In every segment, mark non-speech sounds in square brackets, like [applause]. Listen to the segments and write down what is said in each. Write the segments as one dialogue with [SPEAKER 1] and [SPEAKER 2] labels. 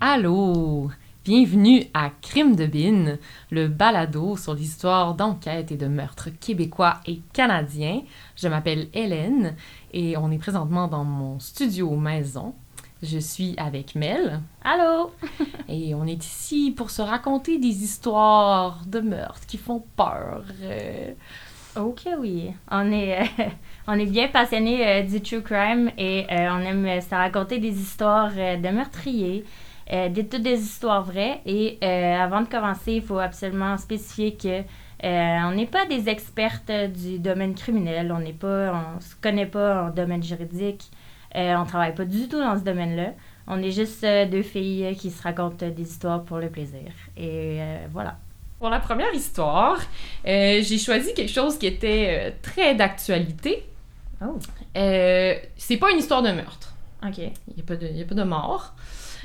[SPEAKER 1] Allô! Bienvenue à Crime de Bine, le balado sur l'histoire d'enquête et de meurtres québécois et canadiens. Je m'appelle Hélène et on est présentement dans mon studio maison. Je suis avec Mel
[SPEAKER 2] Allô?
[SPEAKER 1] et on est ici pour se raconter des histoires de meurtres qui font peur. euh,
[SPEAKER 2] Ok, oui. On est, euh, [laughs] on est bien passionné euh, du true crime et euh, on aime euh, se raconter des histoires euh, de meurtriers, euh, des, toutes des histoires vraies. Et euh, avant de commencer, il faut absolument spécifier que euh, on n'est pas des expertes euh, du domaine criminel. On n'est pas, on se connaît pas en domaine juridique. Euh, on travaille pas du tout dans ce domaine-là. On est juste euh, deux filles euh, qui se racontent euh, des histoires pour le plaisir. Et euh, voilà.
[SPEAKER 1] Pour la première histoire, euh, j'ai choisi quelque chose qui était euh, très d'actualité.
[SPEAKER 2] Oh,
[SPEAKER 1] Euh, c'est pas une histoire de meurtre.
[SPEAKER 2] ok. [laughs]
[SPEAKER 1] Il n'y a, pas de- y a pas de mort.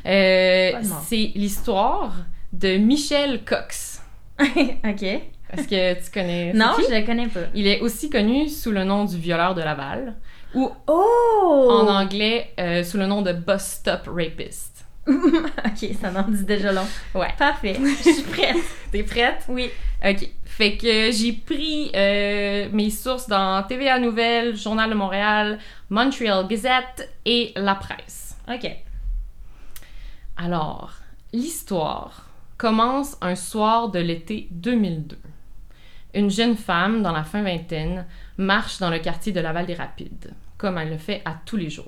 [SPEAKER 1] Euh,
[SPEAKER 2] Pas de mort.
[SPEAKER 1] c'est l'histoire de Michel Cox.
[SPEAKER 2] ok.
[SPEAKER 1] Est-ce que tu connais c'est
[SPEAKER 2] Non,
[SPEAKER 1] qui?
[SPEAKER 2] je le connais pas.
[SPEAKER 1] Il est aussi connu sous le nom du violeur de Laval ou
[SPEAKER 2] Oh!
[SPEAKER 1] en anglais euh, sous le nom de Bus Stop Rapist.
[SPEAKER 2] [laughs] ok, ça en dit déjà long.
[SPEAKER 1] Ouais.
[SPEAKER 2] Parfait. [laughs] Je suis prête.
[SPEAKER 1] T'es prête?
[SPEAKER 2] Oui.
[SPEAKER 1] OK. Fait que j'ai pris euh, mes sources dans TVA Nouvelles, Journal de Montréal, Montreal Gazette et La Presse.
[SPEAKER 2] Ok.
[SPEAKER 1] Alors, l'histoire commence un soir de l'été 2002. Une jeune femme dans la fin vingtaine marche dans le quartier de Laval-des-Rapides, comme elle le fait à tous les jours.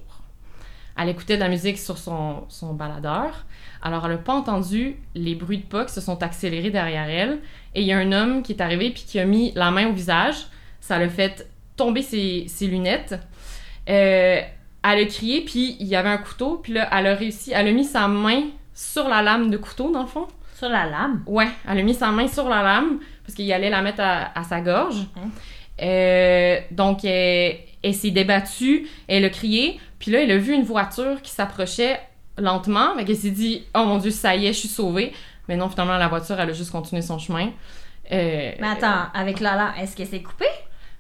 [SPEAKER 1] Elle écoutait de la musique sur son, son baladeur, alors elle n'a pas entendu les bruits de pas qui se sont accélérés derrière elle, et il y a un homme qui est arrivé puis qui a mis la main au visage, ça l'a fait tomber ses, ses lunettes. Euh, elle a crié, puis il y avait un couteau, puis là, elle a réussi, elle a mis sa main sur la lame de couteau, dans le fond.
[SPEAKER 2] Sur la lame.
[SPEAKER 1] Ouais, elle a mis sa main sur la lame, parce qu'il allait la mettre à, à sa gorge.
[SPEAKER 2] Hein?
[SPEAKER 1] Euh, donc, elle, elle s'est débattue, elle a crié, puis là, elle a vu une voiture qui s'approchait lentement, mais qu'elle s'est dit « Oh mon Dieu, ça y est, je suis sauvée ». Mais non, finalement, la voiture, elle a juste continué son chemin. Euh,
[SPEAKER 2] Mais attends, avec la lame, est-ce que c'est coupé?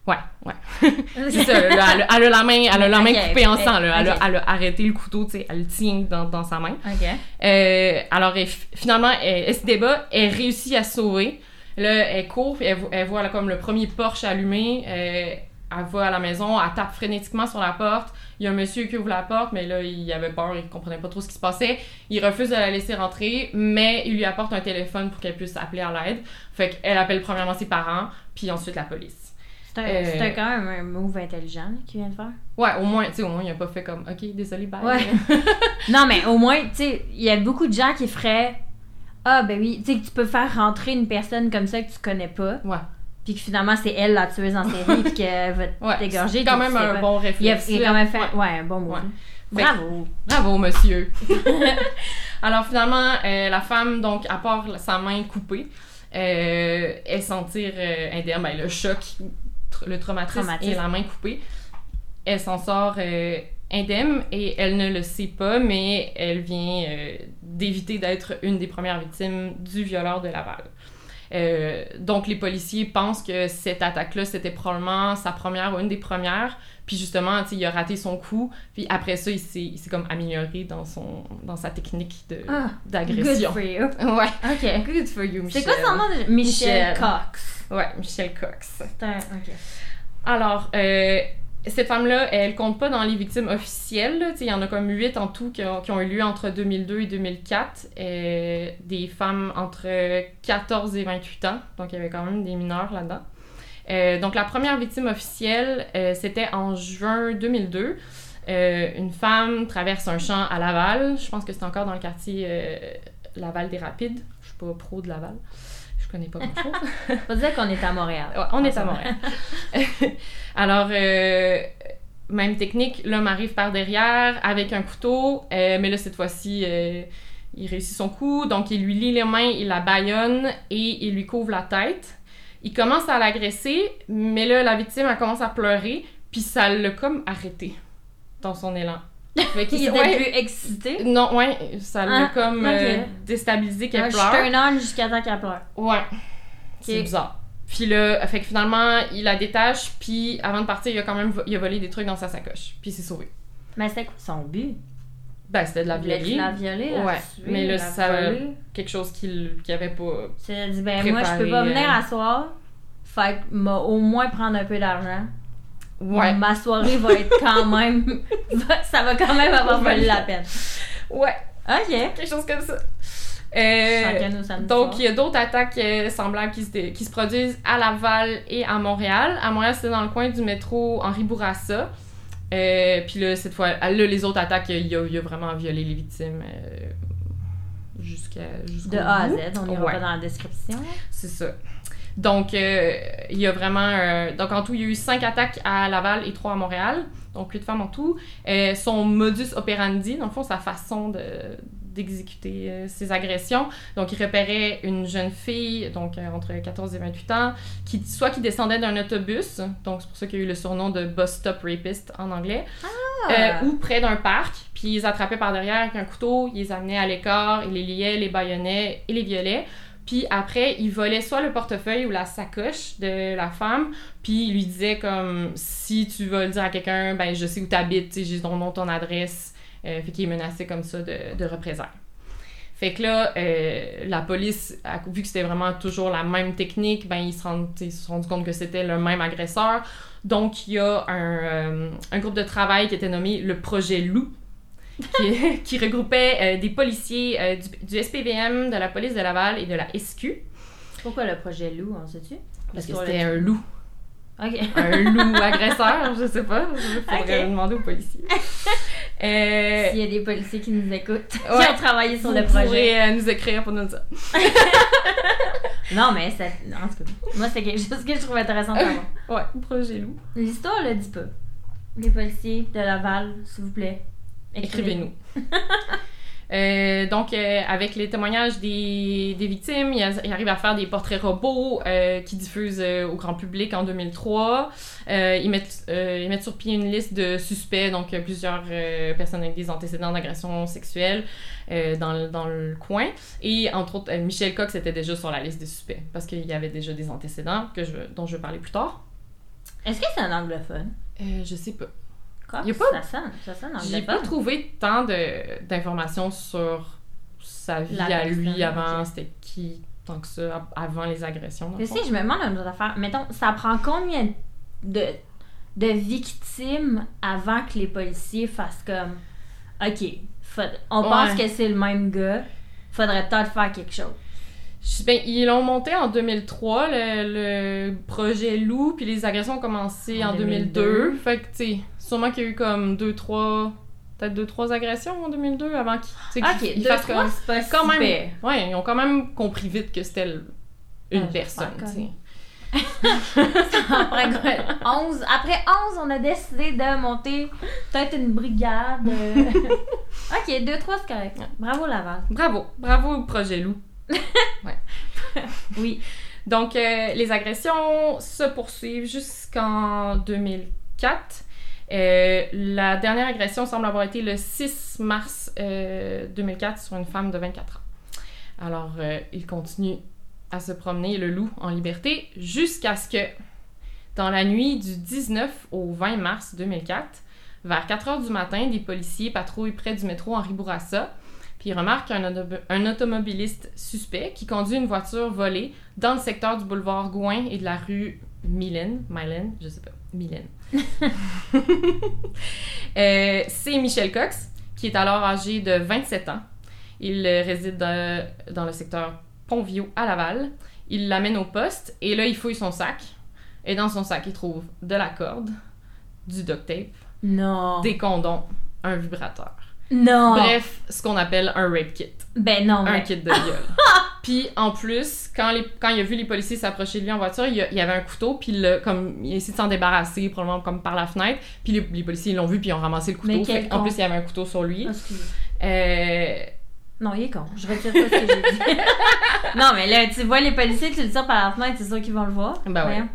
[SPEAKER 1] Ouais, ouais.
[SPEAKER 2] [laughs]
[SPEAKER 1] C'est ça, là, elle, a- elle a la main, elle a la main
[SPEAKER 2] Ok,
[SPEAKER 1] coupée en
[SPEAKER 2] ok,
[SPEAKER 1] sang, là. Elle, a,
[SPEAKER 2] ok.
[SPEAKER 1] elle a arrêté le couteau, tu sais, elle le tient dans, dans sa main.
[SPEAKER 2] ok.
[SPEAKER 1] Euh, alors, elle- finalement, elle, elle se débat, elle réussit à se sauver. Là, elle court, puis elle, vo- elle voit là, comme le premier Porsche allumé. euh, elle va à la maison, elle tape frénétiquement sur la porte. Il y a un monsieur qui ouvre la porte, mais là, il avait peur, il comprenait pas trop ce qui se passait. Il refuse de la laisser rentrer, mais il lui apporte un téléphone pour qu'elle puisse appeler à l'aide. Fait qu'elle appelle premièrement ses parents, puis ensuite la police.
[SPEAKER 2] C'est un,
[SPEAKER 1] Euh.
[SPEAKER 2] c'est un- quand même un move intelligent là, qu'il vient de faire.
[SPEAKER 1] Ouais, au moins, tu sais, au moins, il a pas fait comme, OK, désolé, bye.
[SPEAKER 2] Ouais. Non, mais au moins, tu sais, il y a beaucoup de gens qui feraient. Ah, ben oui, tu sais, que tu peux faire rentrer une personne comme ça que tu connais pas,
[SPEAKER 1] Ouais.
[SPEAKER 2] puis que finalement c'est elle la tueuse en série, puis qu'elle va
[SPEAKER 1] Ouais.
[SPEAKER 2] t'égorger.
[SPEAKER 1] C'est quand
[SPEAKER 2] puis tu
[SPEAKER 1] même
[SPEAKER 2] sais
[SPEAKER 1] un
[SPEAKER 2] pas.
[SPEAKER 1] bon
[SPEAKER 2] Il a,
[SPEAKER 1] réflexe.
[SPEAKER 2] il a
[SPEAKER 1] là.
[SPEAKER 2] quand même fait.
[SPEAKER 1] Ouais.
[SPEAKER 2] Ouais, un bon move.
[SPEAKER 1] Ouais. Fait-
[SPEAKER 2] Bravo.
[SPEAKER 1] Bravo, monsieur. [laughs] Alors, finalement, euh, la femme, donc, à part la- sa main coupée, euh, elle sentir euh, indemne, ben, le choc, tr- le traumatisme,
[SPEAKER 2] Traumatisme.
[SPEAKER 1] et la main coupée, elle s'en sort euh, indemne et elle ne le sait pas, mais elle vient euh, d'éviter d'être une des premières victimes du violeur de Laval. Euh, donc, les policiers pensent que cette attaque-là, c'était probablement sa première ou une des premières. Puis justement, tu sais, il a raté son coup. Puis après ça, il s'est il s'est comme amélioré dans, son, dans sa technique de-
[SPEAKER 2] Ah, Good
[SPEAKER 1] d'agression.
[SPEAKER 2] for you.
[SPEAKER 1] [laughs] ouais.
[SPEAKER 2] Ok.
[SPEAKER 1] Good for you, Michel.
[SPEAKER 2] C'est quoi son nom déjà? Michel
[SPEAKER 1] Michel.
[SPEAKER 2] Cox.
[SPEAKER 1] Ouais, Michel Cox.
[SPEAKER 2] C'est un. Ok.
[SPEAKER 1] Alors, euh, cette femme-là, elle compte pas dans les victimes officielles. là. Tu sais, Il y en a comme huit en tout qui ont, qui ont eu lieu entre 2002 et 2004. euh, des femmes entre 14 et 28 ans. Donc, il y avait quand même des mineurs là-dedans. Euh, donc, la première victime officielle, euh, c'était en juin 2002. Euh, une femme traverse un champ à Laval. Je pense que c'est encore dans le quartier euh, Laval des Rapides. Je suis pas pro de Laval. Je connais pas grand chose.
[SPEAKER 2] Faut dire qu'on est à Montréal.
[SPEAKER 1] Ouais, on est à Montréal. [laughs] Alors, euh, même technique, l'homme arrive par derrière avec un couteau, euh, mais là, cette fois-ci, euh, il réussit son coup. Donc, il lui lie les mains, il la bâillonne et il lui couvre la tête. Il commence à l'agresser, mais là, la victime, elle commence à pleurer, puis ça l'a comme arrêté dans son
[SPEAKER 2] [laughs]
[SPEAKER 1] élan. Fait qu'il-
[SPEAKER 2] Qui était
[SPEAKER 1] ouais,
[SPEAKER 2] plus excité.
[SPEAKER 1] non, ouais, ça l'a
[SPEAKER 2] Ah,
[SPEAKER 1] comme
[SPEAKER 2] ok.
[SPEAKER 1] euh, déstabilisé qu'elle
[SPEAKER 2] Moi, Je suis
[SPEAKER 1] pleure.
[SPEAKER 2] un âne jusqu'à temps qu'elle pleure.
[SPEAKER 1] Ouais. C'est bizarre. Puis là, fait que finalement, il la détache, puis avant de partir, il a quand même vo- il a volé des trucs dans sa sacoche, puis il s'est sauvé.
[SPEAKER 2] Mais c'est quoi son but?
[SPEAKER 1] Ben, c'était de la
[SPEAKER 2] violer.
[SPEAKER 1] violerie.
[SPEAKER 2] La violer, la
[SPEAKER 1] Ouais,
[SPEAKER 2] tuer,
[SPEAKER 1] mais là,
[SPEAKER 2] la
[SPEAKER 1] ça- euh,
[SPEAKER 2] voler.
[SPEAKER 1] Quelque chose qu'il n'y avait pas.
[SPEAKER 2] Tu as dit, ben moi, je peux pas
[SPEAKER 1] Préparer,
[SPEAKER 2] venir
[SPEAKER 1] euh,
[SPEAKER 2] à soir. Fait que m'a au moins prendre un peu d'argent.
[SPEAKER 1] Ouais.
[SPEAKER 2] Ma soirée va être
[SPEAKER 1] [laughs]
[SPEAKER 2] quand même. va- ça va quand même avoir valu la peine.
[SPEAKER 1] Ouais,
[SPEAKER 2] OK.
[SPEAKER 1] quelque chose comme ça. Euh,
[SPEAKER 2] Chacun nos samedis
[SPEAKER 1] Donc,
[SPEAKER 2] soirs.
[SPEAKER 1] il y a d'autres attaques euh, semblables qui se, dé- qui se produisent à Laval et à Montréal. À Montréal, c'était dans le coin du métro Henri Bourassa. Euh, puis là, cette fois, là, les autres attaques, il a, il a vraiment violé les victimes euh, jusqu'à jusqu'au
[SPEAKER 2] De A à Z,
[SPEAKER 1] bout.
[SPEAKER 2] on ira
[SPEAKER 1] Ouais.
[SPEAKER 2] pas dans la description.
[SPEAKER 1] C'est ça. Donc, euh, il y a vraiment. euh, donc, en tout, il y a eu cinq attaques à Laval et trois à Montréal. Donc, huit femmes en tout. Euh, son modus operandi, dans le fond, sa façon de d'exécuter euh, ses agressions. Donc, il repérait une jeune fille, donc euh, entre 14 et 28 ans, qui soit qui descendait d'un autobus, donc c'est pour ça qu'il y a eu le surnom de bus stop rapist en anglais,
[SPEAKER 2] Ah!
[SPEAKER 1] euh, ou près d'un parc, puis ils les attrapaient par derrière avec un couteau, ils les amenaient à l'écart, ils les liaient, les baïonnaient et les violaient. Puis après, ils volaient soit le portefeuille ou la sacoche de la femme, puis ils lui disaient comme si tu vas le dire à quelqu'un, ben je sais où t'habites, tu sais, j'ai ton nom, ton adresse. Euh, fait qu'ils menaçaient comme ça de, de représailles. Fait que là, euh, la police, à- vu que c'était vraiment toujours la même technique, ben ils se, rendent, tu sais, ils se sont rendus compte que c'était le même agresseur. Donc, il y a un, euh, un groupe de travail qui était nommé le Projet Loup, qui, [laughs] qui regroupait euh, des policiers euh, du, du SPVM, de la police de Laval et de la SQ,
[SPEAKER 2] Pourquoi le projet loup, on sait-tu?
[SPEAKER 1] parce que
[SPEAKER 2] qu'on
[SPEAKER 1] c'était un loup,
[SPEAKER 2] l'a- OK.
[SPEAKER 1] un loup agresseur, je sais pas,
[SPEAKER 2] [laughs]
[SPEAKER 1] faudrait
[SPEAKER 2] Ok.
[SPEAKER 1] demander aux
[SPEAKER 2] [laughs]
[SPEAKER 1] policiers. [laughs] Euh,
[SPEAKER 2] S'il y a des policiers qui nous
[SPEAKER 1] [laughs]
[SPEAKER 2] écoutent,
[SPEAKER 1] Ouais.
[SPEAKER 2] qui ont travaillé sur
[SPEAKER 1] vous
[SPEAKER 2] le projet.
[SPEAKER 1] pourrez, euh, nous écrire pour nous dire.
[SPEAKER 2] Non, mais ça. En tout cas, moi, c'est quelque chose que je trouve intéressant
[SPEAKER 1] [laughs]
[SPEAKER 2] de savoir.
[SPEAKER 1] Ouais, Projet Loup.
[SPEAKER 2] L'histoire le dit pas. Les policiers de Laval, s'il vous plaît.
[SPEAKER 1] Écrivez-nous. [laughs] Euh, donc, euh, avec les témoignages des, des victimes, il, a- il arrive à faire des portraits robots euh, qui diffusent euh, au grand public en 2003. Euh, ils, mettent, euh, ils mettent sur pied une liste de suspects, donc euh, plusieurs euh, personnes avec des antécédents d'agression sexuelle euh, dans, le- dans le coin. Et entre autres, euh, Michel Cox était déjà sur la liste des suspects parce qu'il y avait déjà des antécédents que je, dont je vais parler plus tard.
[SPEAKER 2] Est-ce que c'est un anglophone?
[SPEAKER 1] Euh, je sais pas.
[SPEAKER 2] Cox,
[SPEAKER 1] Y a pas-
[SPEAKER 2] Ça sonne, ça sonne
[SPEAKER 1] J'ai pas
[SPEAKER 2] anglophone.
[SPEAKER 1] trouvé tant de- d'informations sur sa vie
[SPEAKER 2] La
[SPEAKER 1] à
[SPEAKER 2] personne,
[SPEAKER 1] lui avant,
[SPEAKER 2] ok.
[SPEAKER 1] c'était qui tant que ça, av- avant les agressions. dans le
[SPEAKER 2] Mais
[SPEAKER 1] fond.
[SPEAKER 2] si, je me demande une autre affaire. Mettons, ça prend combien de, de victimes avant que les policiers fassent comme OK, faud- on
[SPEAKER 1] Ouais.
[SPEAKER 2] pense que c'est le même gars, faudrait peut-être faire quelque chose.
[SPEAKER 1] Je- ben, ils l'ont monté en 2003, le, le projet Loup, puis les agressions ont commencé en,
[SPEAKER 2] En
[SPEAKER 1] 2002.
[SPEAKER 2] 2002.
[SPEAKER 1] Fait que, tu sais, sûrement qu'il y a eu comme 2-3, peut-être 2-3 agressions en 2002 avant qu'ils tu sais,
[SPEAKER 2] OK,
[SPEAKER 1] qu'ils- qu'ils
[SPEAKER 2] deux,
[SPEAKER 1] fassent
[SPEAKER 2] trois, c'est pas
[SPEAKER 1] quand même,
[SPEAKER 2] si pire.
[SPEAKER 1] [laughs]
[SPEAKER 2] [laughs]
[SPEAKER 1] Ouais, ils ont quand même compris vite que c'était le- une
[SPEAKER 2] Ah, j'espère
[SPEAKER 1] personne,
[SPEAKER 2] quand
[SPEAKER 1] tu sais.
[SPEAKER 2] même. Après, quoi, 11, après 11, on a décidé de monter peut-être une brigade. euh.
[SPEAKER 1] [laughs]
[SPEAKER 2] OK, deux, trois, c'est correct. Bravo, Laval.
[SPEAKER 1] Bravo, bravo au projet Loup.
[SPEAKER 2] Oui.
[SPEAKER 1] Donc, euh, les agressions se poursuivent jusqu'en 2004. Euh, la dernière agression semble avoir été le 6 mars euh, 2004 sur une femme de 24 ans. Alors, euh, il continue à se promener, le loup, en liberté, jusqu'à ce que, dans la nuit du 19 au 20 mars 2004, vers 4 heures du matin, des policiers patrouillent près du métro Henri Bourassa, puis ils remarquent un, auto- un automobiliste suspect qui conduit une voiture volée dans le secteur du boulevard Gouin et de la rue Mylène. Mylène, je sais pas. Mylène. Euh, c'est Michel Cox, qui est alors âgé de 27 ans. Il euh, réside dans- dans le secteur Pontvio à Laval. Il l'amène au poste et là, il fouille son sac. Et dans son sac, il trouve de la corde, du duct tape,
[SPEAKER 2] Non.
[SPEAKER 1] des condoms, un vibrateur.
[SPEAKER 2] Non.
[SPEAKER 1] Bref, ce qu'on appelle un rape kit
[SPEAKER 2] Ben non,
[SPEAKER 1] un
[SPEAKER 2] mais
[SPEAKER 1] kit de
[SPEAKER 2] [laughs]
[SPEAKER 1] viol. puis en plus, quand, les, quand il a vu les policiers s'approcher de lui en voiture, il, y a- il y avait un couteau, puis il, l'a- comme, il a essayé de s'en débarrasser, probablement comme par la fenêtre. Puis les, les policiers ils l'ont vu, puis ils ont ramassé le couteau.
[SPEAKER 2] Mais quel
[SPEAKER 1] en
[SPEAKER 2] con. Ah.
[SPEAKER 1] plus, il y avait un couteau sur lui.
[SPEAKER 2] Excusez.
[SPEAKER 1] Euh,
[SPEAKER 2] Non, il est con. Je retire pas ce que j'ai dit. [laughs] non, mais là, tu vois les policiers, tu le tires par la fenêtre, c'est sûr qu'ils vont le voir.
[SPEAKER 1] Ben ouais.
[SPEAKER 2] Voyons.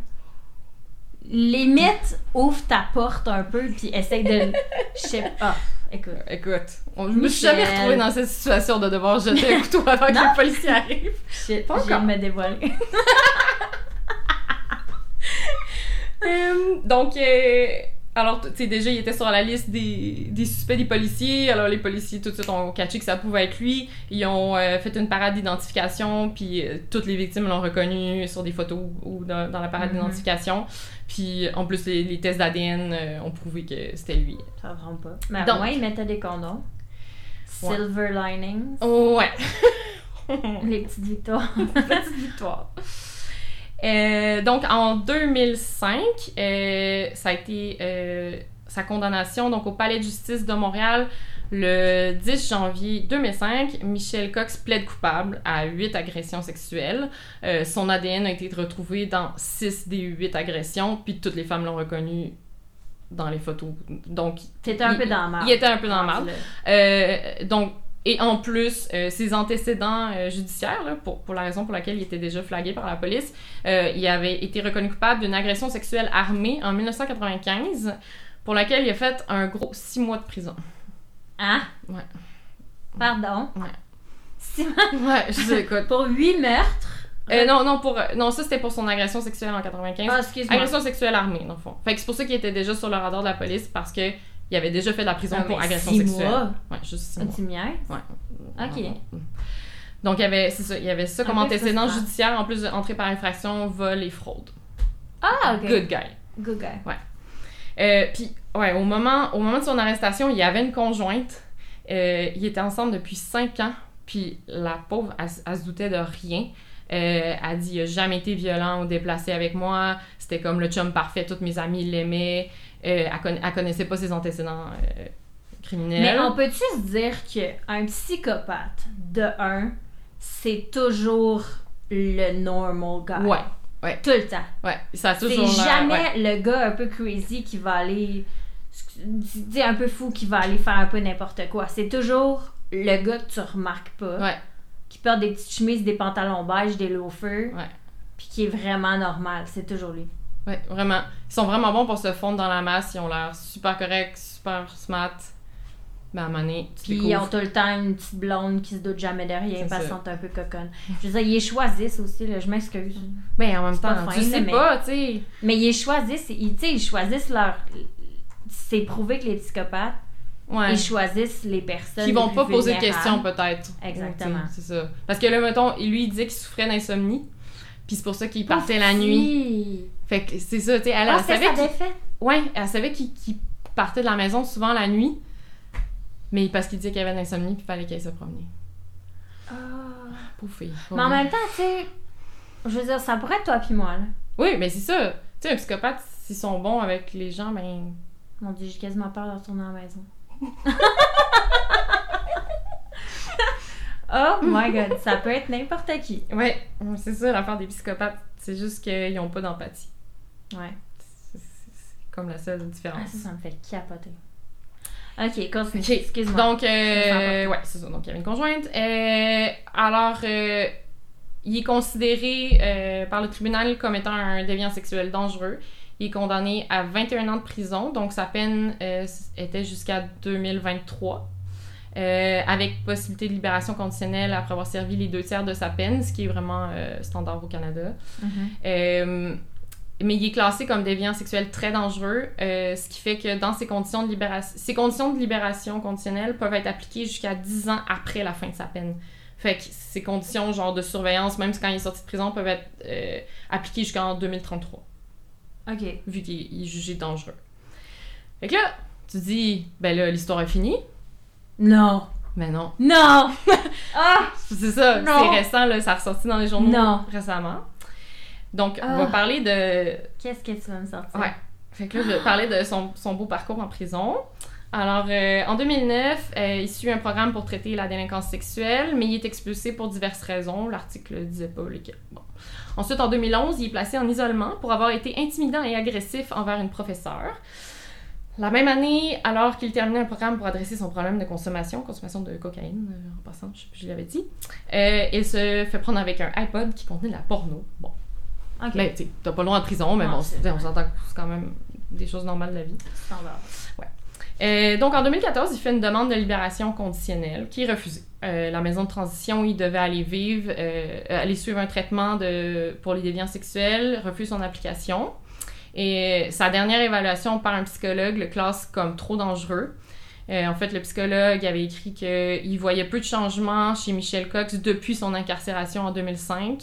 [SPEAKER 2] Limite, ouvre ta porte un peu, puis
[SPEAKER 1] [laughs]
[SPEAKER 2] essaye de. Je sais pas. Écoute.
[SPEAKER 1] écoute, on- je me suis
[SPEAKER 2] Michel.
[SPEAKER 1] jamais retrouvée dans cette situation de devoir jeter un couteau [laughs] avant que
[SPEAKER 2] Non.
[SPEAKER 1] les policiers arrivent.
[SPEAKER 2] Je
[SPEAKER 1] Pas
[SPEAKER 2] je viens de
[SPEAKER 1] encore.
[SPEAKER 2] me dévoiler.
[SPEAKER 1] Euh, Hum, donc, euh, Alors, tu sais, déjà, il était sur la liste des, des suspects des policiers. Alors, les policiers, tout de suite, ont catché que ça pouvait être lui. Ils ont euh, fait une parade d'identification, puis euh, toutes les victimes l'ont reconnu sur des photos ou dans, dans la parade
[SPEAKER 2] Mhm.
[SPEAKER 1] d'identification. Puis, en plus, les, les tests d'ADN euh, ont prouvé que c'était lui.
[SPEAKER 2] Ça prend pas. Ben Mais
[SPEAKER 1] Donc-
[SPEAKER 2] moi, ils mettaient des condoms.
[SPEAKER 1] Ouais. Oh.
[SPEAKER 2] Silver linings.
[SPEAKER 1] Ouais.
[SPEAKER 2] Les
[SPEAKER 1] [laughs]
[SPEAKER 2] petites victoires.
[SPEAKER 1] Petite victoire. Euh, donc, en 2005, euh, ça a été euh, sa condamnation donc, au Palais de justice de Montréal. Le 10 janvier 2005, Michel Cox plaide coupable à 8 agressions sexuelles. Euh, son ADN a été retrouvé dans 6 des 8 agressions, puis toutes les femmes l'ont reconnu dans les photos. Donc,
[SPEAKER 2] T'étais un
[SPEAKER 1] il-
[SPEAKER 2] peu dans la marde.
[SPEAKER 1] il était un peu dans le mal. Euh, donc, et en plus, euh, ses antécédents euh, judiciaires, là, pour, pour la raison pour laquelle il était déjà flagué par la police, euh, il avait été reconnu coupable d'une agression sexuelle armée en 1995, pour laquelle il a fait un gros six mois de prison.
[SPEAKER 2] [laughs] Hein?
[SPEAKER 1] Ouais.
[SPEAKER 2] Pardon?
[SPEAKER 1] Ouais.
[SPEAKER 2] Si-
[SPEAKER 1] Ouais, je sais, écoute.
[SPEAKER 2] Pour huit meurtres.
[SPEAKER 1] Euh, non, non, pour, euh, non, ça c'était pour son agression sexuelle en 95.
[SPEAKER 2] Ah, excuse-moi.
[SPEAKER 1] agression sexuelle armée, dans le fond. Fait que c'est pour ça qu'il était déjà sur le radar de la police, parce que il avait déjà fait de la prison
[SPEAKER 2] Ah,
[SPEAKER 1] pour
[SPEAKER 2] mais
[SPEAKER 1] agression
[SPEAKER 2] six
[SPEAKER 1] sexuelle.
[SPEAKER 2] mois.
[SPEAKER 1] Ouais, juste six mois.
[SPEAKER 2] Tu miais? Ok.
[SPEAKER 1] Ah, Mm. Donc, il y avait, c'est ça, il y avait ça comme
[SPEAKER 2] Un peu
[SPEAKER 1] antécédent
[SPEAKER 2] frustrant.
[SPEAKER 1] judiciaire, en plus d'entrée par infraction, vol et fraude.
[SPEAKER 2] Ah, ok.
[SPEAKER 1] Good guy.
[SPEAKER 2] Good guy.
[SPEAKER 1] Euh, Puis, ouais, au moment, au moment de son arrestation, il y avait une conjointe. Euh, ils étaient ensemble depuis 5 ans. Puis, la pauvre, elle, s- elle se doutait de rien. Euh, elle dit, il a jamais été violent ou déplacé avec moi. C'était comme le chum parfait. Toutes mes amies l'aimaient. Euh, elle, conna- elle connaissait pas ses antécédents euh, criminels.
[SPEAKER 2] Mais on peut-tu se dire qu'un psychopathe, de un, c'est toujours le normal guy?
[SPEAKER 1] Ouais,
[SPEAKER 2] Tout le temps.
[SPEAKER 1] ouais. Ça a
[SPEAKER 2] C'est
[SPEAKER 1] toujours l'air- ouais.
[SPEAKER 2] jamais le gars un peu crazy qui va aller. dis un peu fou qui va aller faire un peu n'importe quoi. C'est toujours le gars que tu remarques pas.
[SPEAKER 1] Ouais.
[SPEAKER 2] Qui porte des petites chemises, des pantalons beige, des loafers.
[SPEAKER 1] Ouais.
[SPEAKER 2] Puis qui est vraiment normal. C'est toujours lui.
[SPEAKER 1] Ouais, vraiment. Ils sont vraiment bons pour se fondre dans la masse. Ils ont l'air super corrects, super smart. Mais à un moment donné, tu
[SPEAKER 2] Puis ils ont
[SPEAKER 1] découvres.
[SPEAKER 2] tout le temps une petite blonde qui se doute jamais de rien
[SPEAKER 1] C'est
[SPEAKER 2] parce
[SPEAKER 1] ça.
[SPEAKER 2] qu'ils sont un peu coconnes. Je veux dire, ils les choisissent aussi, là, je m'excuse.
[SPEAKER 1] Mais en même
[SPEAKER 2] c'est
[SPEAKER 1] temps,
[SPEAKER 2] pas fin,
[SPEAKER 1] tu sais
[SPEAKER 2] mais-
[SPEAKER 1] pas, tu sais.
[SPEAKER 2] Mais ils les choisissent, ils, tu sais, ils choisissent leur. C'est prouvé que les psychopathes,
[SPEAKER 1] Ouais.
[SPEAKER 2] ils choisissent les personnes.
[SPEAKER 1] Qui vont
[SPEAKER 2] les
[SPEAKER 1] pas
[SPEAKER 2] plus
[SPEAKER 1] poser de
[SPEAKER 2] vulnérables.
[SPEAKER 1] questions, peut-être.
[SPEAKER 2] Exactement.
[SPEAKER 1] Tu sais, C'est ça. Parce que là, mettons, lui, il disait qu'il souffrait d'insomnie. Puis c'est pour ça qu'il partait la
[SPEAKER 2] Si.
[SPEAKER 1] nuit. Fait que c'est ça, tu sais. Elle,
[SPEAKER 2] Ah,
[SPEAKER 1] elle
[SPEAKER 2] c'est
[SPEAKER 1] savait
[SPEAKER 2] sa
[SPEAKER 1] qu'il
[SPEAKER 2] défaite.
[SPEAKER 1] ouais, elle savait qu'il qu'il partait de la maison souvent la nuit. Mais parce qu'il disait qu'il avait de l'insomnie, puis il fallait qu'elle se promener. Pauvre fille.
[SPEAKER 2] Mais en même temps, tu sais, je veux dire, ça pourrait être toi puis moi, là.
[SPEAKER 1] Oui, mais c'est ça. Tu sais, un psychopathe, s'ils sont bons avec les gens, ben.
[SPEAKER 2] Mon dieu, j'ai quasiment peur de retourner à
[SPEAKER 1] [laughs]
[SPEAKER 2] la maison. oh my god, ça peut être n'importe qui.
[SPEAKER 1] Ouais, c'est ça l'affaire des psychopathes. C'est juste qu'ils n'ont pas d'empathie.
[SPEAKER 2] Ouais.
[SPEAKER 1] C'est c'est- c'est comme la seule
[SPEAKER 2] Ah,
[SPEAKER 1] différence.
[SPEAKER 2] ça, ça me fait capoter. Ok, continue.
[SPEAKER 1] Ok,
[SPEAKER 2] Excuse-moi.
[SPEAKER 1] Donc, euh,
[SPEAKER 2] C'est important.
[SPEAKER 1] ouais, c'est ça. Donc, il y avait une conjointe. Euh, alors, euh, il est considéré euh, par le tribunal comme étant un déviant sexuel dangereux. Il est condamné à 21 ans de prison, donc sa peine euh, s- était jusqu'à 2023, euh, avec possibilité de libération conditionnelle après avoir servi les deux tiers de sa peine, ce qui est vraiment euh, standard au Canada.
[SPEAKER 2] Mhm.
[SPEAKER 1] Euh, mais il est classé comme déviant sexuel très dangereux, euh, ce qui fait que dans ces conditions de libération, ces conditions de libération conditionnelle peuvent être appliquées jusqu'à 10 ans après la fin de sa peine. Fait que ces conditions genre de surveillance, même quand il est sorti de prison, peuvent être euh, appliquées jusqu'en 2033,
[SPEAKER 2] Ok.
[SPEAKER 1] vu qu'il est- il est jugé dangereux. Fait que là, tu dis, ben là, l'histoire est finie.
[SPEAKER 2] Non.
[SPEAKER 1] Mais non. [laughs]
[SPEAKER 2] Non. Ah.
[SPEAKER 1] C'est ça,
[SPEAKER 2] Non.
[SPEAKER 1] c'est récent, là, ça a ressorti dans les journaux
[SPEAKER 2] Non.
[SPEAKER 1] récemment. Donc, on
[SPEAKER 2] Ah.
[SPEAKER 1] va parler de
[SPEAKER 2] Qu'est-ce que tu vas me sortir?
[SPEAKER 1] Ouais. Fait que là, je parlais de son, son beau parcours en prison. Alors, euh, en 2009, euh, il suit un programme pour traiter la délinquance sexuelle, mais il est expulsé pour diverses raisons. L'article disait pas lesquelles. Bon. Ensuite, en 2011, il est placé en isolement pour avoir été intimidant et agressif envers une professeure. La même année, alors qu'il terminait un programme pour adresser son problème de consommation, consommation de cocaïne, euh, en passant, je, je l'avais dit, euh, il se fait prendre avec un iPod qui contenait de la porno. Bon.
[SPEAKER 2] Ok.
[SPEAKER 1] Ben, tu sais, t'as pas le droit de prison, mais
[SPEAKER 2] Non,
[SPEAKER 1] bon,
[SPEAKER 2] c'est
[SPEAKER 1] c'est- on s'entend que c'est quand même des choses normales de la vie.
[SPEAKER 2] Standard.
[SPEAKER 1] Euh, donc, en 2014, il fait une demande de libération conditionnelle qui est refusée. Euh, la maison de transition, il devait aller vivre, euh, euh, aller suivre un traitement de, pour les déviants sexuels, refuse son application. Et sa dernière évaluation par un psychologue le classe comme trop dangereux. Euh, en fait, le psychologue avait écrit qu'il voyait peu de changements chez Michel Cox depuis son incarcération en 2005.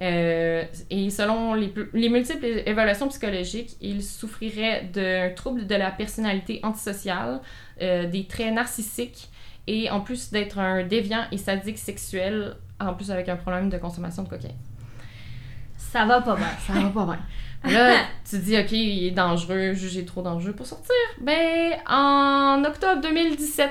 [SPEAKER 1] Euh, et selon les, les, multiples évaluations psychologiques, il souffrirait d'un trouble de la personnalité antisociale, euh, des traits narcissiques et en plus d'être un déviant et sadique sexuel, en plus avec un problème de consommation de cocaïne.
[SPEAKER 2] Ça va pas bien.
[SPEAKER 1] [laughs] Ça va pas bien. [laughs] Là, tu dis, OK, il est dangereux, jugé trop dangereux pour sortir. Ben, en octobre 2017,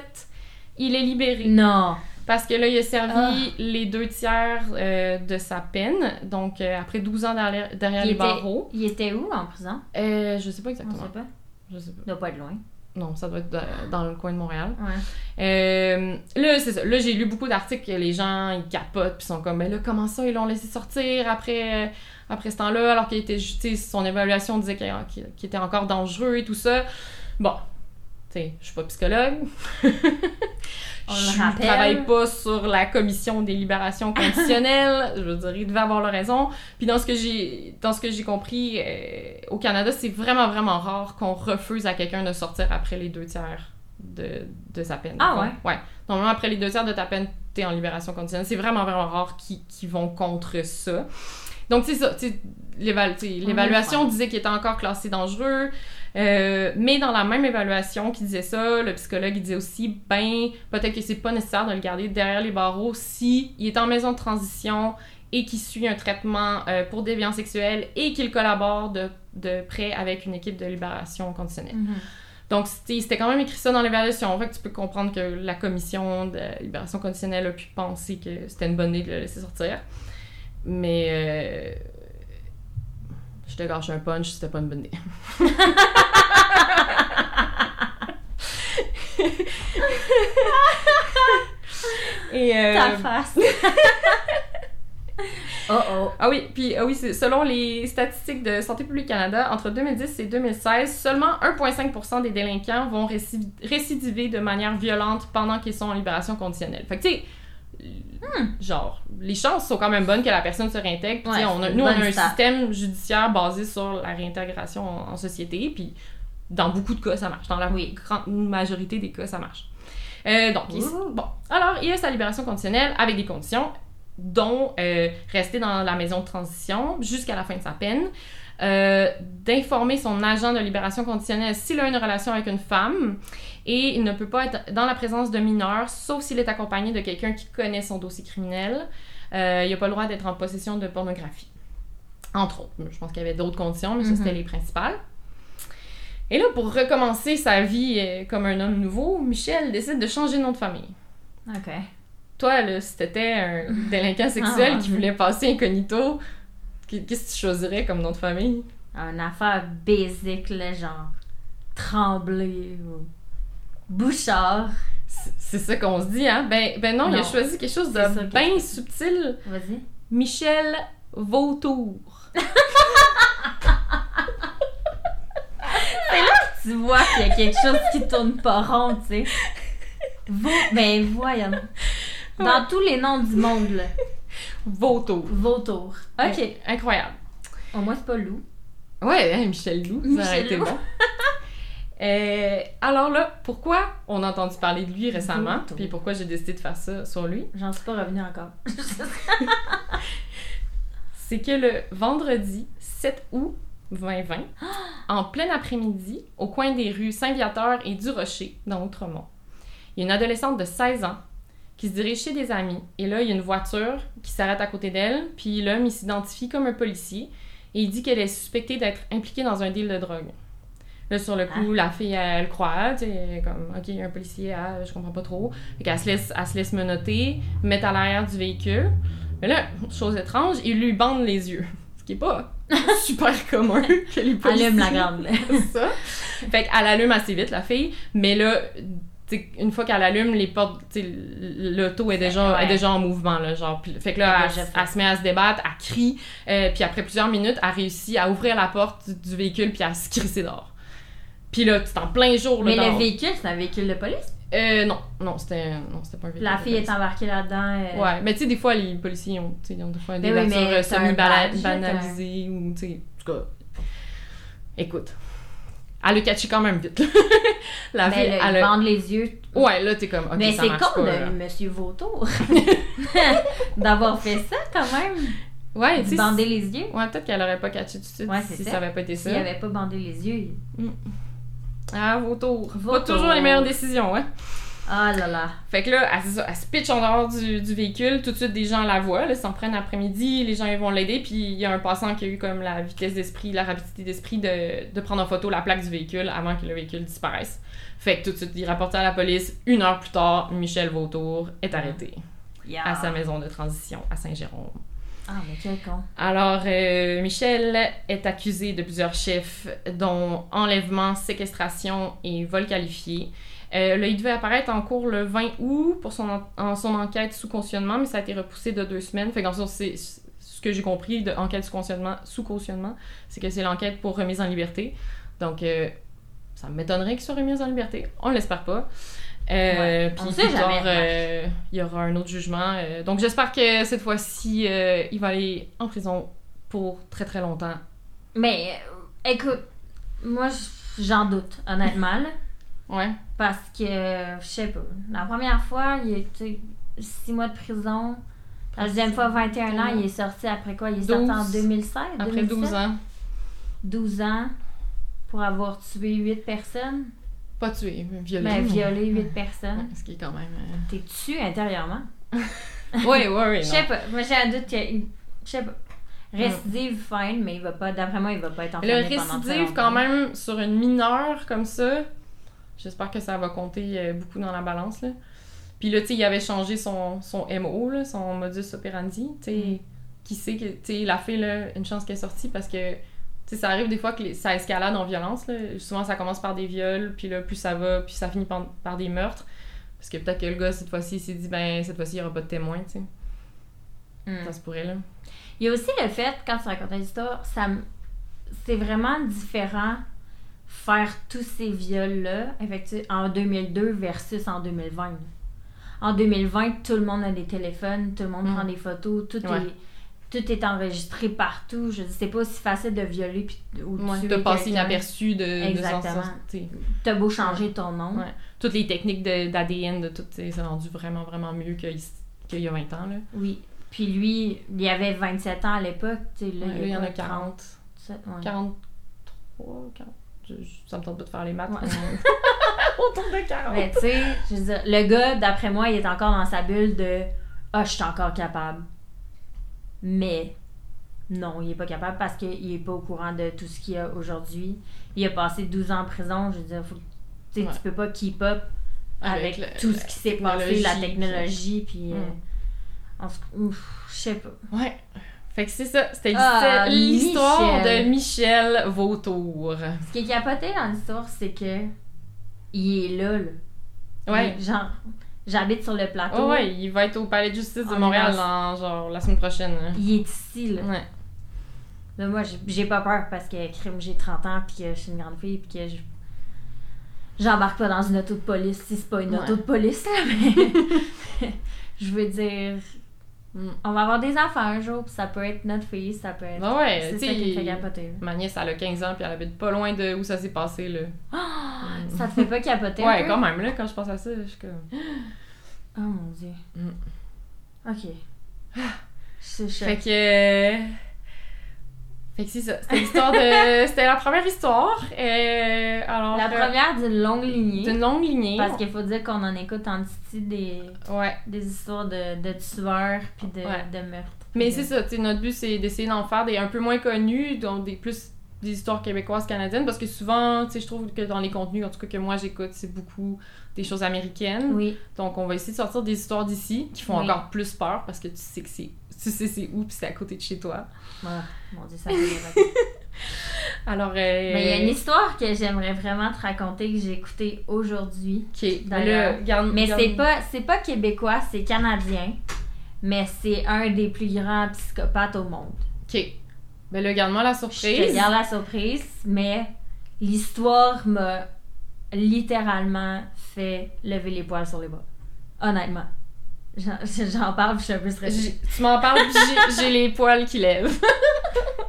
[SPEAKER 1] il est libéré.
[SPEAKER 2] Non.
[SPEAKER 1] Parce que là, il a
[SPEAKER 2] Ah.
[SPEAKER 1] servi oh. les deux tiers euh, de sa peine. Donc, euh, après 12 ans derrière, derrière
[SPEAKER 2] Il
[SPEAKER 1] les
[SPEAKER 2] était-
[SPEAKER 1] barreaux.
[SPEAKER 2] Il était où en prison?
[SPEAKER 1] Euh, je sais pas
[SPEAKER 2] On
[SPEAKER 1] exactement.
[SPEAKER 2] sait pas.
[SPEAKER 1] Je sais pas.
[SPEAKER 2] Il doit pas être loin.
[SPEAKER 1] Non, ça doit être dans- dans le coin de Montréal.
[SPEAKER 2] Ouais.
[SPEAKER 1] Euh, là, c'est ça. Là, j'ai lu beaucoup d'articles que les gens, ils capotent, puis sont comme, mais là, comment ça, ils l'ont laissé sortir après, euh, après ce temps-là, alors qu'il était, ju- tu sais, son évaluation disait qu'il qu'il- qu'il était encore dangereux et tout ça. Bon, tu sais, je suis pas psychologue.
[SPEAKER 2] On
[SPEAKER 1] Je
[SPEAKER 2] le
[SPEAKER 1] [laughs]
[SPEAKER 2] rappelle.
[SPEAKER 1] travaille pas sur la commission des
[SPEAKER 2] [laughs]
[SPEAKER 1] libérations conditionnelles. je veux dire, il devait avoir leur raison. Puis dans ce que j'ai, dans ce que j'ai compris, euh, au Canada, c'est vraiment, vraiment rare qu'on refuse à quelqu'un de sortir après les deux tiers de, de sa peine.
[SPEAKER 2] Ah
[SPEAKER 1] Donc,
[SPEAKER 2] ouais?
[SPEAKER 1] Ouais. Normalement, après les deux tiers de ta peine, t'es en libération conditionnelle. C'est vraiment, vraiment rare qui, qui vont contre ça. Donc, c'est ça. tu sais, l'éval- tu sais, L'évaluation disait qu'il était encore classé dangereux. Euh, mais dans la même évaluation qui disait ça, le psychologue il disait aussi, ben, peut-être que c'est pas nécessaire de le garder derrière les barreaux si il est en maison de transition et qu'il suit un traitement euh, pour déviance sexuelle et qu'il collabore de, de près avec une équipe de libération conditionnelle. Donc, c'était c'était quand même écrit ça dans l'évaluation. Fait que tu peux comprendre que la commission de libération conditionnelle a pu penser que c'était une bonne idée de le laisser sortir. Mais euh, je te gâche un punch, c'était pas une bonne idée. Et euh,
[SPEAKER 2] Ta face. oh oh.
[SPEAKER 1] ah oui, puis ah oui, c'est- selon les statistiques de Santé publique Canada, entre 2010 et 2016, seulement 1,5% des délinquants vont réci- récidiver de manière violente pendant qu'ils sont en libération conditionnelle. Fait que tu sais,
[SPEAKER 2] Hmm.
[SPEAKER 1] genre, les chances sont quand même bonnes que la personne se réintègre. Puis, tu sais,
[SPEAKER 2] Ouais,
[SPEAKER 1] on a-
[SPEAKER 2] c'est une
[SPEAKER 1] nous, on a
[SPEAKER 2] bonne
[SPEAKER 1] un
[SPEAKER 2] stat.
[SPEAKER 1] système judiciaire basé sur la réintégration en, en société, puis dans beaucoup de cas, ça marche. Dans la
[SPEAKER 2] Oui.
[SPEAKER 1] grande majorité des cas, ça marche. Euh, donc, il-
[SPEAKER 2] Ouh.
[SPEAKER 1] bon. Alors, il y a sa libération conditionnelle avec des conditions, dont euh, rester dans la maison de transition jusqu'à la fin de sa peine, euh, d'informer son agent de libération conditionnelle s'il a une relation avec une femme, et il ne peut pas être dans la présence de mineurs, sauf s'il est accompagné de quelqu'un qui connaît son dossier criminel. Euh, il n'a pas le droit d'être en possession de pornographie. Entre autres. Je pense qu'il y avait d'autres conditions, mais ça, c'était
[SPEAKER 2] Mhm.
[SPEAKER 1] les principales. Et là, pour recommencer sa vie euh, comme un homme nouveau, Michel décide de changer de nom de famille.
[SPEAKER 2] Ok.
[SPEAKER 1] Toi, là, si t'étais un
[SPEAKER 2] [laughs]
[SPEAKER 1] délinquant sexuel
[SPEAKER 2] Ah.
[SPEAKER 1] qui voulait passer incognito, qu- qu'est-ce que tu choisirais comme nom de famille?
[SPEAKER 2] Une affaire basic, là, genre trembler ou bouchard.
[SPEAKER 1] C'est- C'est ça qu'on se dit, hein? Ben, ben non, il a
[SPEAKER 2] Non.
[SPEAKER 1] choisi quelque chose
[SPEAKER 2] C'est ça
[SPEAKER 1] de
[SPEAKER 2] que-
[SPEAKER 1] bien subtil.
[SPEAKER 2] Vas-y.
[SPEAKER 1] Michel Vautour.
[SPEAKER 2] Tu vois qu'il y a quelque chose qui tourne pas rond, tu sais. Vau- Ben voyons. Dans tous les noms du monde, là.
[SPEAKER 1] Vautour.
[SPEAKER 2] Vautour. Ok.
[SPEAKER 1] Ouais, Incroyable.
[SPEAKER 2] Au moins, c'est pas loup.
[SPEAKER 1] Ouais, hein, Michel Loup, ça aurait
[SPEAKER 2] Michel
[SPEAKER 1] été
[SPEAKER 2] Loup.
[SPEAKER 1] bon. [laughs] Euh, alors là, pourquoi on a entendu parler de lui récemment,
[SPEAKER 2] Vautour.
[SPEAKER 1] puis pourquoi j'ai décidé de faire ça sur lui?
[SPEAKER 2] J'en suis pas revenue [laughs] encore.
[SPEAKER 1] c'est que le vendredi 7 août 2020, [gasps] en plein après-midi, au coin des rues Saint-Viateur et du Rocher, dans Outremont, il y a une adolescente de 16 ans qui se dirige chez des amis. Et là, il y a une voiture qui s'arrête à côté d'elle, puis l'homme, il s'identifie comme un policier et il dit qu'elle est suspectée d'être impliquée dans un deal de drogue. Là, sur le coup, la fille, elle, croit, tu sais, elle est comme, OK, un policier, ah, je comprends pas trop. Fait qu'elle se laisse, elle se laisse menotter, mettre à l'arrière du véhicule. Mais là, chose étrange, il lui bande les yeux. [laughs] Ce qui est pas super commun que les policiers
[SPEAKER 2] Allume la [laughs] grande, là.
[SPEAKER 1] fassent [laughs] ça. Fait qu'elle allume assez vite, la fille. Mais là, tu sais, une fois qu'elle allume, les portes, tu sais, l'auto est déjà,
[SPEAKER 2] Ouais.
[SPEAKER 1] est déjà en mouvement, là, genre. Puis- fait que là,
[SPEAKER 2] Elle est
[SPEAKER 1] elle,
[SPEAKER 2] déjà
[SPEAKER 1] elle se met à se débattre, elle crie. euh, puis après plusieurs minutes, elle réussit à ouvrir la porte du, du véhicule puis à se crisser dehors. Puis là, c'est en plein jour, là,
[SPEAKER 2] Mais le
[SPEAKER 1] dehors.
[SPEAKER 2] véhicule, c'est un véhicule de police.
[SPEAKER 1] Euh, non, non, c'était non, c'était pas un véhicule.
[SPEAKER 2] La
[SPEAKER 1] de
[SPEAKER 2] fille est
[SPEAKER 1] police.
[SPEAKER 2] embarquée là-dedans. euh,
[SPEAKER 1] Ouais, mais tu sais, des fois, les policiers ont, tu sais, ils ont des euh, fois des
[SPEAKER 2] Ben oui,
[SPEAKER 1] voitures
[SPEAKER 2] mais
[SPEAKER 1] euh,
[SPEAKER 2] t'as un badge,
[SPEAKER 1] semi-banalisées ou, tu sais, en tout cas. Écoute, elle le catché quand même vite. [laughs] la
[SPEAKER 2] Mais
[SPEAKER 1] ville,
[SPEAKER 2] ben, là, il
[SPEAKER 1] elle a-
[SPEAKER 2] bande les yeux.
[SPEAKER 1] Ouais, là, t'es comme, ok,
[SPEAKER 2] Mais
[SPEAKER 1] ça
[SPEAKER 2] c'est
[SPEAKER 1] marche
[SPEAKER 2] con
[SPEAKER 1] pas, là.
[SPEAKER 2] de
[SPEAKER 1] [laughs]
[SPEAKER 2] Monsieur Vautour [laughs] d'avoir fait ça quand même.
[SPEAKER 1] Ouais, tu
[SPEAKER 2] Il
[SPEAKER 1] sais,
[SPEAKER 2] bandait les yeux.
[SPEAKER 1] Ouais, peut-être qu'elle aurait pas catché tout de suite
[SPEAKER 2] Ouais, c'est
[SPEAKER 1] si ça.
[SPEAKER 2] ça.
[SPEAKER 1] avait pas été ça.
[SPEAKER 2] S'il n'avait pas bandé les yeux, il-
[SPEAKER 1] Ah, vautour. Pas
[SPEAKER 2] Vautour.
[SPEAKER 1] toujours les meilleures décisions, hein.
[SPEAKER 2] ah là là.
[SPEAKER 1] Fait que là, elle, c'est ça, elle se pitch en dehors du, du véhicule. Tout de suite, des gens la voient. Là, ils s'en prennent après-midi. Les gens, ils vont l'aider. Puis il y a un passant qui a eu comme la vitesse d'esprit, la rapidité d'esprit de, de prendre en photo la plaque du véhicule avant que le véhicule disparaisse. Fait que tout de suite, il rapporte ça à la police. Une heure plus tard, Michel Vautour est arrêté
[SPEAKER 2] Yeah.
[SPEAKER 1] à sa maison de transition à Saint-Jérôme.
[SPEAKER 2] Ah, mais quel con.
[SPEAKER 1] Alors, euh, Michel est accusé de plusieurs chefs, dont enlèvement, séquestration et vol qualifié. Euh, là, il devait apparaître en cours le 20 août pour son, en- en- son enquête sous cautionnement, mais ça a été repoussé de deux semaines. Fait que dans le sens, c'est c'est- ce que j'ai compris de enquête sous cautionnement, sous cautionnement, c'est que c'est l'enquête pour remise en liberté. Donc, euh, ça m'étonnerait qu'il soit remis en liberté. On l'espère pas. Euh,
[SPEAKER 2] Ouais, on
[SPEAKER 1] puis
[SPEAKER 2] sait
[SPEAKER 1] plus
[SPEAKER 2] jamais,
[SPEAKER 1] tard,
[SPEAKER 2] hein.
[SPEAKER 1] euh, il y aura un autre jugement. Euh, donc j'espère que cette fois-ci, euh, il va aller en prison pour très très longtemps.
[SPEAKER 2] Mais euh, écoute, moi j'en doute, honnêtement. là.
[SPEAKER 1] Ouais.
[SPEAKER 2] Parce que, euh, je sais pas, la première fois, il était 6 mois de prison. La deuxième fois, 21 ans, il est sorti après quoi? Il est sorti en
[SPEAKER 1] 12.
[SPEAKER 2] 2016?
[SPEAKER 1] Après 12 ans,
[SPEAKER 2] 12 ans pour avoir tué 8 personnes.
[SPEAKER 1] pas tué, mais violé.
[SPEAKER 2] Ben,
[SPEAKER 1] mais-
[SPEAKER 2] violé 8
[SPEAKER 1] Ouais,
[SPEAKER 2] personnes.
[SPEAKER 1] ce qui est quand même.
[SPEAKER 2] T'es-tu intérieurement?
[SPEAKER 1] Oui, [laughs] Ouais, ouais, ouais.
[SPEAKER 2] Je
[SPEAKER 1] non.
[SPEAKER 2] sais pas, moi j'ai un doute que... Je sais pas. Récidive, fine, mais il va pas... D'après moi, il va pas être
[SPEAKER 1] Mais Le
[SPEAKER 2] enfermé pendant très
[SPEAKER 1] récidive,
[SPEAKER 2] longtemps.
[SPEAKER 1] quand même, sur une mineure comme ça, j'espère que ça va compter euh, beaucoup dans la balance. Là. Puis là, tu sais, il avait changé son, son MO, là, son modus operandi. Tu sais,
[SPEAKER 2] Mm.
[SPEAKER 1] qui sait que, tu sais, la fille, là, une chance qu'elle est sortie parce que, tu sais, ça arrive des fois que les- ça escalade en violence. Là. Souvent, ça commence par des viols, puis là, plus ça va, puis ça finit par, par des meurtres. Parce que peut-être que le gars, cette fois-ci, il s'est dit, ben, cette fois-ci, il n'y aura pas de témoin, tu sais.
[SPEAKER 2] Mm.
[SPEAKER 1] Ça se pourrait, là.
[SPEAKER 2] Il y a aussi le fait, quand tu racontais l'histoire, ça m- c'est vraiment différent faire tous ces viols-là effectués en 2002 versus en 2020. En 2020, tout le monde a des téléphones, tout le monde
[SPEAKER 1] Mm.
[SPEAKER 2] prend des photos, tout,
[SPEAKER 1] Ouais.
[SPEAKER 2] est, tout est enregistré partout. Je sais pas si facile de violer puis, ou
[SPEAKER 1] Ouais,
[SPEAKER 2] tuer
[SPEAKER 1] de passer
[SPEAKER 2] quelqu'un.
[SPEAKER 1] inaperçu, de, de s'en
[SPEAKER 2] Exactement.
[SPEAKER 1] sortir, tu sais.
[SPEAKER 2] T'as beau changer ton nom.
[SPEAKER 1] Ouais. toutes les techniques d'ADN de, tout, tu sais, c'est rendu vraiment, vraiment mieux qu'il qu'il y a 20 ans. Là,
[SPEAKER 2] Oui. Puis lui, il avait 27 ans à l'époque. tu sais, Là,
[SPEAKER 1] Ouais, là, il y en
[SPEAKER 2] quoi,
[SPEAKER 1] a 40.
[SPEAKER 2] 37, ouais.
[SPEAKER 1] 43, 40. je- je- ça me tente pas de faire les maths.
[SPEAKER 2] Ouais. [laughs]
[SPEAKER 1] mais- [laughs] Autour de 40.
[SPEAKER 2] Mais tu sais, je veux dire, le gars, d'après moi, il est encore dans sa bulle de Ah, je suis encore capable. Mais non, il est pas capable parce qu'il est pas au courant de tout ce qu'il y a aujourd'hui. Il a passé 12 ans en prison, je veux dire, faut, tu sais,
[SPEAKER 1] Ouais.
[SPEAKER 2] tu peux pas keep up avec,
[SPEAKER 1] le-
[SPEAKER 2] tout ce qui s'est passé,
[SPEAKER 1] technologie,
[SPEAKER 2] la technologie,
[SPEAKER 1] Mm.
[SPEAKER 2] puis. euh, en tout cas, ouf, je sais pas.
[SPEAKER 1] Ouais. Fait que c'est ça, c'était
[SPEAKER 2] Ah,
[SPEAKER 1] c'était l'histoire
[SPEAKER 2] Michel.
[SPEAKER 1] de Michel Vautour.
[SPEAKER 2] Ce qui est capoté dans l'histoire, c'est que il est là, là.
[SPEAKER 1] Ouais.
[SPEAKER 2] Il- genre, j'habite sur le plateau.
[SPEAKER 1] Ouais, ouais, il va être au Palais de justice
[SPEAKER 2] On
[SPEAKER 1] de
[SPEAKER 2] est
[SPEAKER 1] Montréal
[SPEAKER 2] dans-
[SPEAKER 1] dans, genre, la semaine prochaine. hein.
[SPEAKER 2] Il est ici, là.
[SPEAKER 1] Ouais.
[SPEAKER 2] Là, moi, j'ai- j'ai pas peur parce que, crime, j'ai 30 ans, puis que je suis une grande fille, puis que je. J'embarque pas dans une auto de police si c'est pas une
[SPEAKER 1] Ouais.
[SPEAKER 2] auto de police, là,
[SPEAKER 1] [laughs]
[SPEAKER 2] mais. je veux dire.
[SPEAKER 1] Mm.
[SPEAKER 2] On va avoir des enfants un jour, puis ça peut être notre fille, ça peut être.
[SPEAKER 1] Ben ouais,
[SPEAKER 2] c'est
[SPEAKER 1] tu
[SPEAKER 2] ça qui me fait
[SPEAKER 1] sais.
[SPEAKER 2] capoter. là. [gasps]
[SPEAKER 1] Ma nièce, elle a 15 ans, puis elle habite pas loin de où ça s'est passé, là.
[SPEAKER 2] Ah, ça te fait pas capoter? un
[SPEAKER 1] Ouais,
[SPEAKER 2] peu?
[SPEAKER 1] quand même, là, quand je pense à ça, je suis comme.
[SPEAKER 2] Oh mon dieu.
[SPEAKER 1] Mm.
[SPEAKER 2] Ok.
[SPEAKER 1] [sighs]
[SPEAKER 2] Je suis
[SPEAKER 1] Fait
[SPEAKER 2] choquée.
[SPEAKER 1] que. euh, Fait que c'est ça. C'était l'histoire
[SPEAKER 2] [laughs]
[SPEAKER 1] de. C'était la première histoire. Euh, alors.
[SPEAKER 2] La
[SPEAKER 1] euh,
[SPEAKER 2] première d'une longue lignée.
[SPEAKER 1] D'une longue lignée.
[SPEAKER 2] Parce qu'il faut dire qu'on en écoute en titi des,
[SPEAKER 1] Ouais.
[SPEAKER 2] des histoires de, de tueurs puis de,
[SPEAKER 1] Ouais.
[SPEAKER 2] de meurtres.
[SPEAKER 1] Mais
[SPEAKER 2] Puis
[SPEAKER 1] c'est
[SPEAKER 2] de-
[SPEAKER 1] ça, tu sais, notre but, c'est d'essayer d'en faire des un peu moins connus, donc des plus des histoires québécoises, canadiennes, parce que souvent, tu sais, je trouve que dans les contenus, en tout cas que moi j'écoute, c'est beaucoup des choses américaines.
[SPEAKER 2] Oui.
[SPEAKER 1] Donc on va essayer de sortir des histoires d'ici qui font
[SPEAKER 2] Oui.
[SPEAKER 1] encore plus peur parce que tu sais que c'est tu sais c'est où puis c'est à côté de chez toi.
[SPEAKER 2] Ah, mon dieu, ça fait rêver.
[SPEAKER 1] Alors euh,
[SPEAKER 2] Mais il y a une histoire que j'aimerais vraiment te raconter que j'ai écoutée aujourd'hui.
[SPEAKER 1] ok, ben
[SPEAKER 2] d'ailleurs.
[SPEAKER 1] là, garde-
[SPEAKER 2] Mais
[SPEAKER 1] garde-
[SPEAKER 2] c'est pas c'est pas québécois, c'est canadien. Mais c'est un des plus grands psychopathes au monde.
[SPEAKER 1] Ok. Ben là, garde-moi la
[SPEAKER 2] Je
[SPEAKER 1] surprise.
[SPEAKER 2] te garde la surprise, mais l'histoire m'a littéralement fait lever les poils sur les bras. Honnêtement. J'en- [laughs] J'en parle, puis je suis un peu stressée.
[SPEAKER 1] J'ai-
[SPEAKER 2] [laughs]
[SPEAKER 1] Tu m'en parles, puis j'ai- j'ai les poils qui lèvent.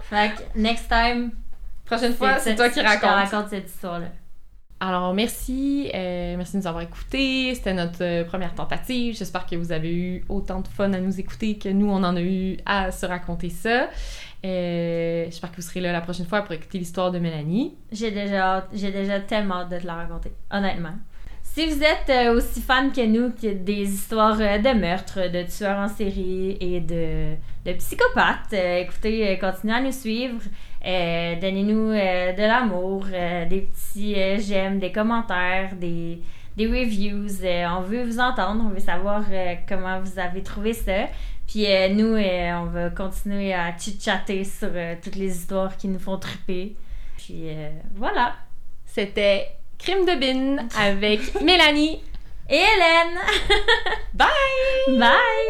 [SPEAKER 2] Fait que next time,
[SPEAKER 1] [laughs] Prochaine fois, c'est toi qui
[SPEAKER 2] Je
[SPEAKER 1] racontes.
[SPEAKER 2] te raconte cette histoire-là.
[SPEAKER 1] Alors, merci. euh, merci de nous avoir écoutés. C'était notre euh, première tentative. J'espère que vous avez eu autant de fun à nous écouter que nous, on en a eu à se raconter ça. Euh, J'espère que vous serez là la prochaine fois pour écouter l'histoire de Mélanie.
[SPEAKER 2] J'ai déjà, hâte- j'ai déjà tellement hâte de te la raconter, honnêtement. Si vous êtes euh, aussi fan que nous qui- des histoires euh, de meurtres, de tueurs en série et de, de psychopathes, euh, écoutez, euh, continuez à nous suivre. Euh, Donnez-nous euh, de l'amour, euh, des petits euh, j'aime, des commentaires, des, des reviews. Euh, on veut vous entendre, on veut savoir euh, comment vous avez trouvé ça. Puis euh, nous, euh, on va continuer à chit-chatter sur euh, toutes les histoires qui nous font triper. Puis euh, voilà.
[SPEAKER 1] C'était Crime de
[SPEAKER 2] [laughs]
[SPEAKER 1] Bin avec Mélanie.
[SPEAKER 2] Et Hélène! [laughs]
[SPEAKER 1] Bye!
[SPEAKER 2] Bye!